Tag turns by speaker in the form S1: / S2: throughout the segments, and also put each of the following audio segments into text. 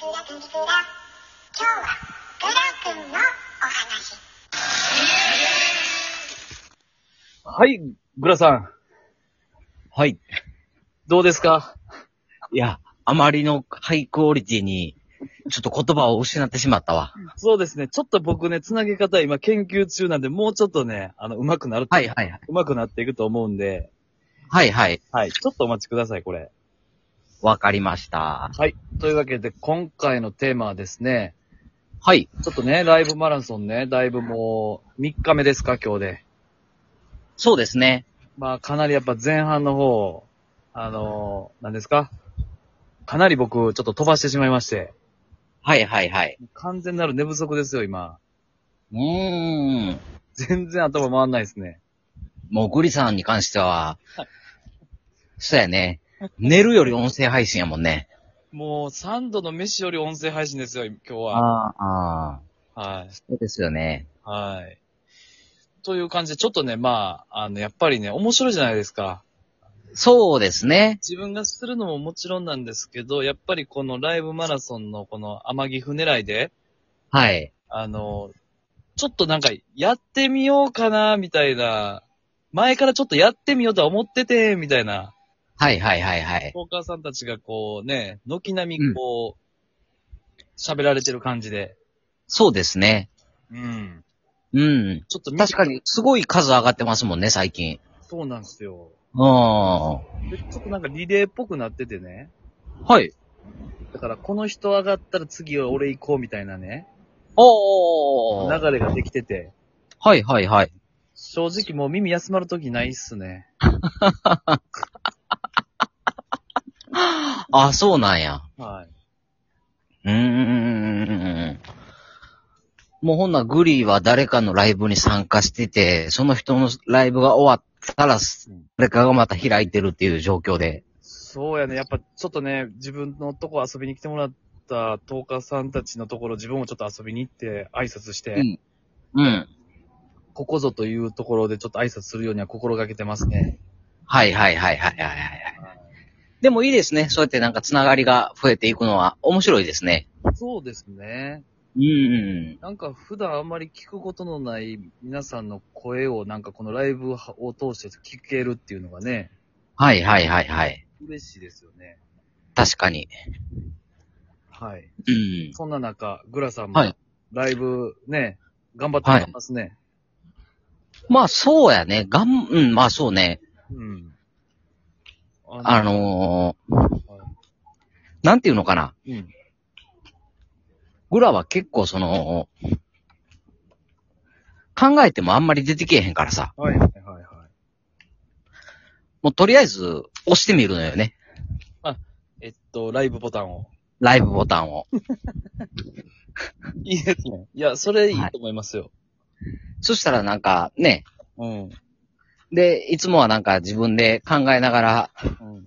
S1: 今日はブラ君のお話。
S2: はい、グラさん、
S3: はい。
S2: どうですか
S3: いや、あまりのハイクオリティに、ちょっと言葉を失ってしまったわ。
S2: そうですね、ちょっと僕ね、つなげ方今研究中なんで、もうちょっとね、あの、うまくなると、
S3: はいはいはい。
S2: うまくなっていくと思うんで、
S3: はいはい。
S2: はい、ちょっとお待ちください、これ。
S3: わかりました。
S2: はい、というわけで、今回のテーマはですね、
S3: はい。
S2: ちょっとね、ライブマラソンね、だいぶもう、3日目ですか、今日で。
S3: そうですね。
S2: まあ、かなりやっぱ前半の方、あのー、何ですかかなり僕、ちょっと飛ばしてしまいまして、
S3: はいはいはい。
S2: 完全なる寝不足ですよ、今。
S3: うーん。
S2: 全然頭回んないですね。
S3: もうグリさんに関しては、そうやね。寝るより音声配信やもんね。
S2: もう、3度の飯より音声配信ですよ、今日は。
S3: ああ
S2: はい。
S3: ー、そうですよね。
S2: はい。という感じで、ちょっとね、まあ、あの、やっぱりね、面白いじゃないですか。
S3: そうですね。
S2: 自分がするのももちろんなんですけど、やっぱりこのライブマラソンのこの天城船狙いで、
S3: はい。
S2: あの、ちょっとなんか、やってみようかな、みたいな、前からちょっとやってみようとは思ってて、みたいな、
S3: はいはいはいはい。
S2: ポーカーさんたちがこうね、軒並みこう、喋、られてる感じで。
S3: そうですね。
S2: うん。
S3: うん。
S2: ちょっと見
S3: 確かに、すごい数上がってますもんね、最近。
S2: そうなんですよ。
S3: うん。は
S2: で、ちょっとなんかリレーっぽくなっててね。
S3: い。
S2: だから、この人上がったら次は俺行こうみたいなね、
S3: おー。
S2: 流れができてて、
S3: はいはいはい。
S2: 正直もう耳休まるときないっすね。
S3: あ、そうなんや。
S2: はい。
S3: うーん。もうほんならグリーは誰かのライブに参加してて、その人のライブが終わったら、誰かがまた開いてるっていう状況で。
S2: そうやね。やっぱちょっとね、自分のとこ遊びに来てもらったトーカーさんたちのところ、自分もちょっと遊びに行って挨拶して、
S3: うんうん。
S2: ここぞというところでちょっと挨拶するようには心がけてますね。
S3: はいはいはいはいはいはい。でもいいですね。そうやってなんかつながりが増えていくのは面白いですね。
S2: そうですね。
S3: うん。
S2: なんか普段あんまり聞くことのない皆さんの声をなんかこのライブを通して聞けるっていうのがね、
S3: はいはいはいはい。
S2: 嬉しいですよね。
S3: 確かに。
S2: はい。
S3: うん。
S2: そんな中、グラさんも、
S3: はい
S2: ライブね、頑張ってますね。
S3: まあそうやね。がん、うん、まあそうね。
S2: うん。
S3: あ
S2: あ
S3: のー、なんていうのかな。
S2: の、うん。
S3: グラは結構その、考えてもあんまり出てけえへんからさ、
S2: はいはいはいはい。
S3: もうとりあえず押してみるのよね。
S2: えっと、ライブボタンを。
S3: ライブボタンを。
S2: いいですね。いや、それいい
S3: はい
S2: と思いますよ。
S3: そしたらなんかね、
S2: うん。
S3: で、いつもはなんか自分で考えながら
S2: うん。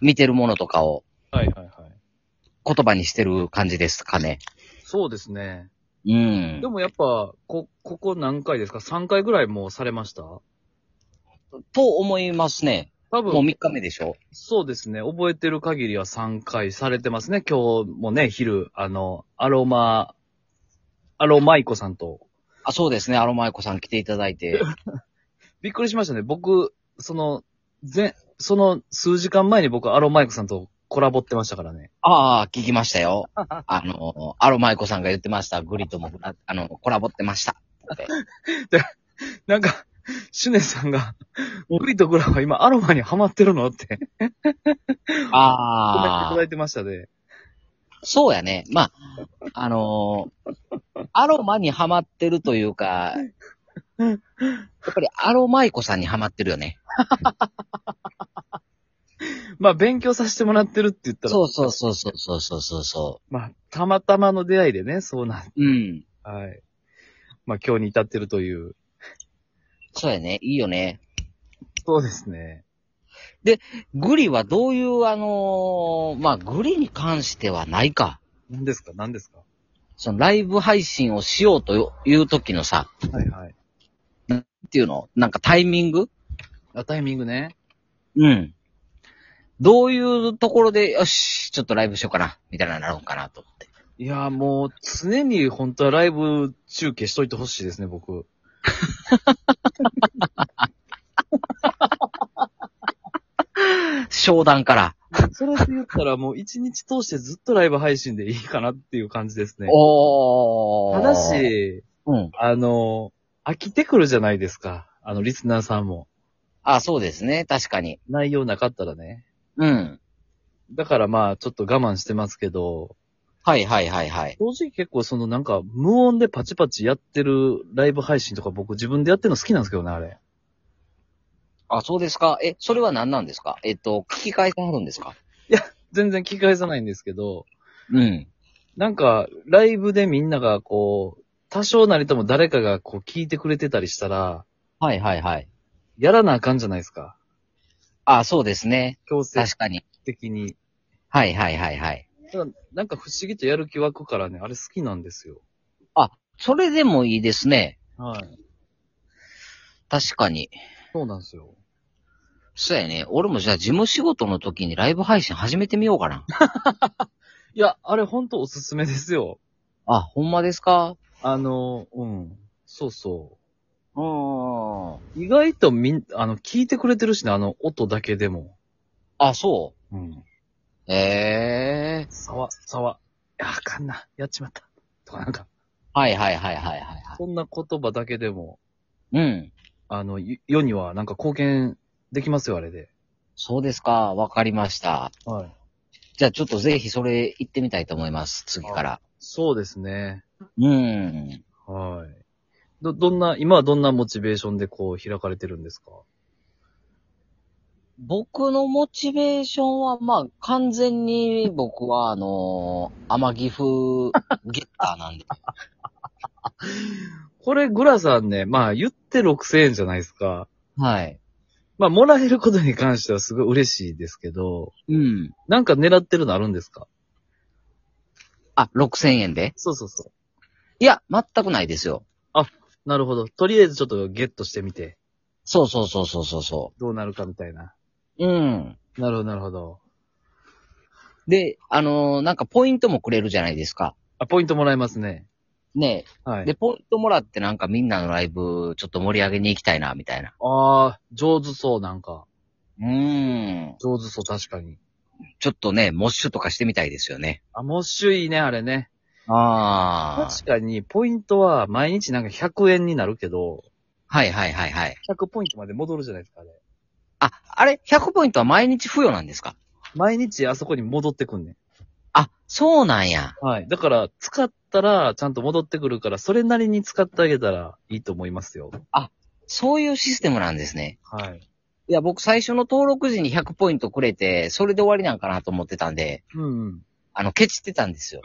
S3: 見てるものとかを
S2: はいはいはい。
S3: 言葉にしてる感じですかね。
S2: そうですね。
S3: うん
S2: で。もやっぱ、こ、ここ何回ですか ?3 回ぐらいもうされました
S3: と思いますね。
S2: 多
S3: もう
S2: 分、
S3: 3日目でしょ。
S2: そうですね。覚えてる限りは3回されてますね。今日もね、昼、あの、アロマ、アロマイコさんと
S3: あ、そうですね。アロマイコさん来ていただいて。
S2: びっくりしましたね。僕、その、前、その数時間前に僕、アロマイクさんとコラボってましたからね。
S3: ああ、聞きましたよ。あの、アロマイコさんが言ってました。グリとも、ああの、コラボってました。って
S2: なんか、シュネさんが、グリとグラは今アロマにハマってるのって、コメントい
S3: あ
S2: た
S3: あ
S2: だ。いてましたね。
S3: そうやね。まあ、あのーアロマにハマってるというか、やっぱりアロマイコさんにハマってるよね。
S2: まあ、勉強させてもらってるって言ったら、
S3: そうそうそうそうそうそうそうそ
S2: まあ、たまたまの出会いでね、そうな、
S3: う。うん。
S2: はい。まあ、今日に至ってるという。
S3: そうやね。いいよね。
S2: そうですね。
S3: グリはどういう、あのーまあ、グリに関してはないか。
S2: 何ですか何ですか
S3: そのライブ配信をしようという時のさ、
S2: はいはい。
S3: っていうの、なんかタイミング
S2: あ、タイミングね。
S3: うん。どういうところで、よし、ちょっとライブしようかな、みたいなのになろうかなと思って。
S2: いやー、もう、常に本当はライブ中継しといてほしいですね、僕。
S3: 商談から。
S2: それで言ったらもう一日通してずっとライブ配信でいいかなっていう感じですね。
S3: おー。
S2: ただ、し、
S3: うん。
S2: あの、飽きてくるじゃないですか。あの、リスナーさんも。
S3: あ、そうですね。確かに。
S2: 内容なかったらね。
S3: うん。
S2: だからまあ、ちょっと我慢してますけど、
S3: はいはいはいはい。
S2: 正直結構そのなんか、無音でパチパチやってるライブ配信とか僕自分でやってるの好きなんですけどね、あれ。
S3: あ、そうですか。え、それは何なんですかえっと、聞き返さはるんですか
S2: 全然聞き返さないんですけど、
S3: うん。
S2: なんか、ライブでみんながこう、多少なりとも誰かがこう聞いてくれてたりしたら、
S3: はいはいはい。
S2: やらなあかんじゃないですか。
S3: あ、そうですね。
S2: 強制
S3: 確かに。
S2: 的に。
S3: はいはいはいはい。
S2: ただなんか不思議とやる気湧くからね、あれ好きなんですよ。
S3: それでもいいですね。
S2: はい。
S3: 確かに。
S2: そうなんですよ。
S3: そうやね。俺もじゃあ事務仕事の時にライブ配信始めてみようかな。
S2: いや、あれほんとおすすめですよ。
S3: あ、ほんまですか
S2: あの、うん。そうそう。
S3: うん。
S2: 意外とみん、あの、聞いてくれてるしね、あの、音だけでも。
S3: あ、そ
S2: うん。
S3: う。ええ
S2: さわ、さわ。いや、あかんな。やっちまった。とかなんか、
S3: はいはいはいはいはいはい。
S2: そんな言葉だけでも、
S3: うん。
S2: あの、ゆ世にはなんか貢献できますよ、あれで。
S3: そうですか。わかりました。
S2: はい。
S3: じゃあちょっとぜひそれ行ってみたいと思います。次から。
S2: そうですね。
S3: うん。
S2: はい。ど、どんな、今はどんなモチベーションでこう、開かれてるんですか
S3: 僕のモチベーションは、まあ、完全に僕は、あの ー、天岐風ゲッターなんで。
S2: これ、グラさんね、まあ、言って6000円じゃないですか。
S3: はい。
S2: まあ、もらえることに関してはすごい嬉しいですけど、
S3: うん。
S2: なんか狙ってるのあるんですか
S3: あ、6000円で
S2: そうそうそう。
S3: いや、全くないですよ。
S2: なるほど。とりあえずちょっとゲットしてみて、
S3: そうそうそうそうそうそ
S2: どうなるかみたいな。
S3: う。うん。
S2: なるほど、なるほど。
S3: で、あのーなんかポイントもくれるじゃないですか。
S2: あ、ポイントもらえますね。
S3: ね
S2: は
S3: え。で、
S2: い。
S3: ポイントもらってなんかみんなのライブちょっと盛り上げに行きたいな、みたいな。
S2: ああ、上手そう、なんか。
S3: うーん。
S2: 上手そう、確かに。
S3: ちょっとね、モッシュとかしてみたいですよね。
S2: あ、もっしゅいいね、あれね。
S3: あ
S2: 確かに、ポイントは毎日なんか100円になるけど、
S3: はいはいはいはい。
S2: 100ポイントまで戻るじゃないですか、あれ。
S3: あ、あれ ?100 ポイントは毎日付与なんですか
S2: 毎日あそこに戻ってくんね
S3: あ、そうなんや。
S2: ん。はい。だから、使ったらちゃんと戻ってくるから、それなりに使ってあげたらいいと思いますよ。
S3: そういうシステムなんですね。
S2: はい。
S3: いや、僕最初の登録時に100ポイントくれて、それで終わりなんかなと思ってたんで、
S2: うん、うん。
S3: あの、ケチってたんですよ。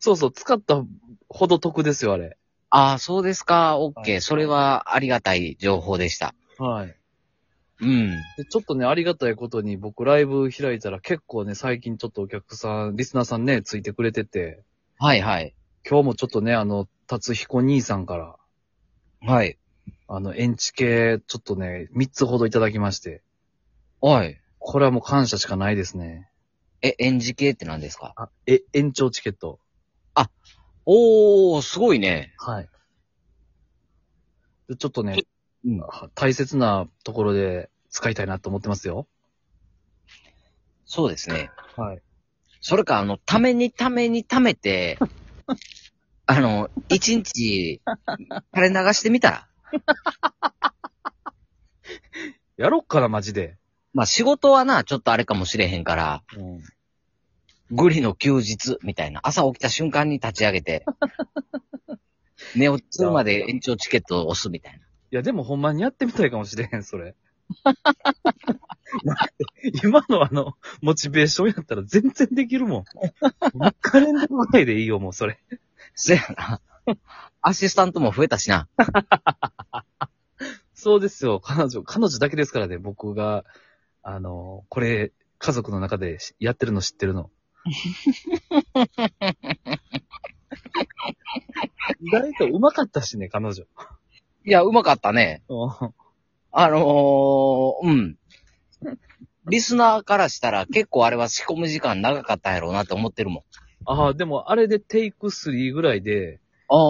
S2: そうそう、使ったほど得ですよ、あれ。
S3: ああ、そうですか。オッケ
S2: は
S3: ー。それはありがたい情報でした。
S2: はい。
S3: うん。
S2: で、ちょっとね、ありがたいことに僕ライブ開いたら結構ね、最近ちょっとお客さん、リスナーさんね、ついてくれてて、
S3: はいはい。
S2: 今日もちょっとね、あの、達彦兄さんから、
S3: はい。
S2: あの、エンチ系、ちょっとね、3つほどいただきまして、
S3: はい。
S2: これはもう感謝しかないですね。
S3: え、演じ系って何ですか
S2: あ、え、延長チケット。
S3: おー、すごいね。
S2: はい。でちょっとね、
S3: うん
S2: 大切なところで使いたいなと思ってますよ。
S3: そうですね。
S2: はい。
S3: それか、あの、ためにためにため て、あの、一日、垂れ流してみたら。
S2: やろっかな、マジで。
S3: まあ、仕事はな、ちょっとあれかもしれへんから、
S2: うん。
S3: グリの休日みたいな。朝起きた瞬間に立ち上げ て、寝落ちるまで延長チケットを押すみたいな。
S2: いや、でもほんまにやってみたいかもしれへん、それ。 今のあの、モチベーションやったら全然できるもん。3日連続ぐらいでいいよ、もうそれ。
S3: そやな。アシスタントも増えたしな。
S2: そうですよ、彼女、彼女だけですからね、僕が、あの、これ、家族の中でしやってるの知ってるの。意外と上手かったしね、彼女。
S3: いや、うまかったね。
S2: うん
S3: あのー、うん。リスナーからしたら結構あれは仕込む時間長かったんやろうなって思ってるもん。
S2: ああ、でもあれでテイク3ぐらいで、
S3: ああ、あ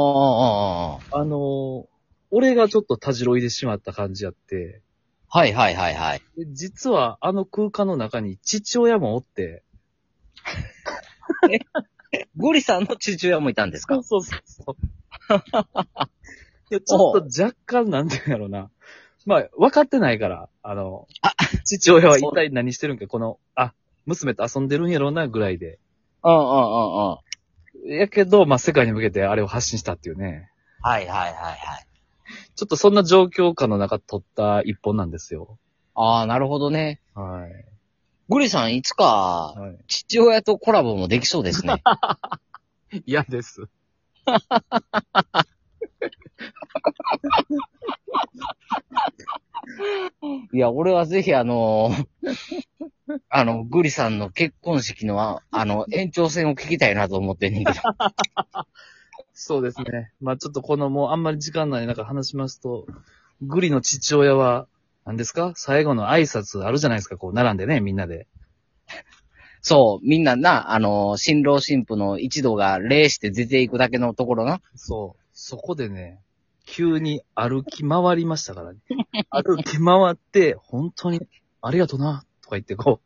S3: あ、あ
S2: あのー俺がちょっとたじろいでしまった感じやって、
S3: あ。はいはいはいはい。
S2: で実はあの空間の中に父親もおって、
S3: ゴリさんの父親もいたんですか
S2: そうそうそう。 いや、ちょっと若干なんていうんやろな。まあ、分かってないから、あの、父親は一体何してるんか、この、あ、娘と遊んでるんやろうな、ぐらいで。
S3: うんうんうんうん。
S2: やけど、まあ、世界に向けてあれを発信したっていうね。
S3: はいはいはいはい。
S2: ちょっとそんな状況下の中撮った一本なんですよ。
S3: ああ、なるほどね。
S2: はい。
S3: ゴリさんいつか、
S2: は
S3: 父親とコラボもできそうですね。
S2: い。嫌です。
S3: いや、俺はぜひあの ーあの、グリさんの結婚式のあ、あの、延長戦を聞きたいなと思ってんねん けど。
S2: そうですね。まあ、ちょっとこのもうあんまり時間ない中話しますと、グリの父親は、何ですか最後の挨拶あるじゃないですか、こう、並んでね、みんなで。
S3: そう、みんなな、あのー新郎新婦の一同が礼して出ていくだけのところな。
S2: そう。そこでね、急に歩き回りましたからね。 歩き回って、本当に、ありがとな、とか言ってこ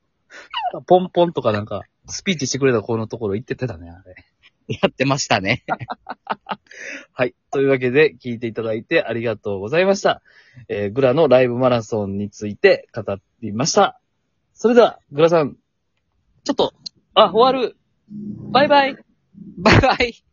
S2: う、ポンポンとかなんか、スピーチしてくれた子のところ行ってってたね、あれ。
S3: やってましたね。
S2: はい。というわけで、聞いていただいてありがとうございました。えーグラのライブマラソンについて語りました。それでは、グラさん、ちょっと、あ、終わる。バイバイ。
S3: バイバイ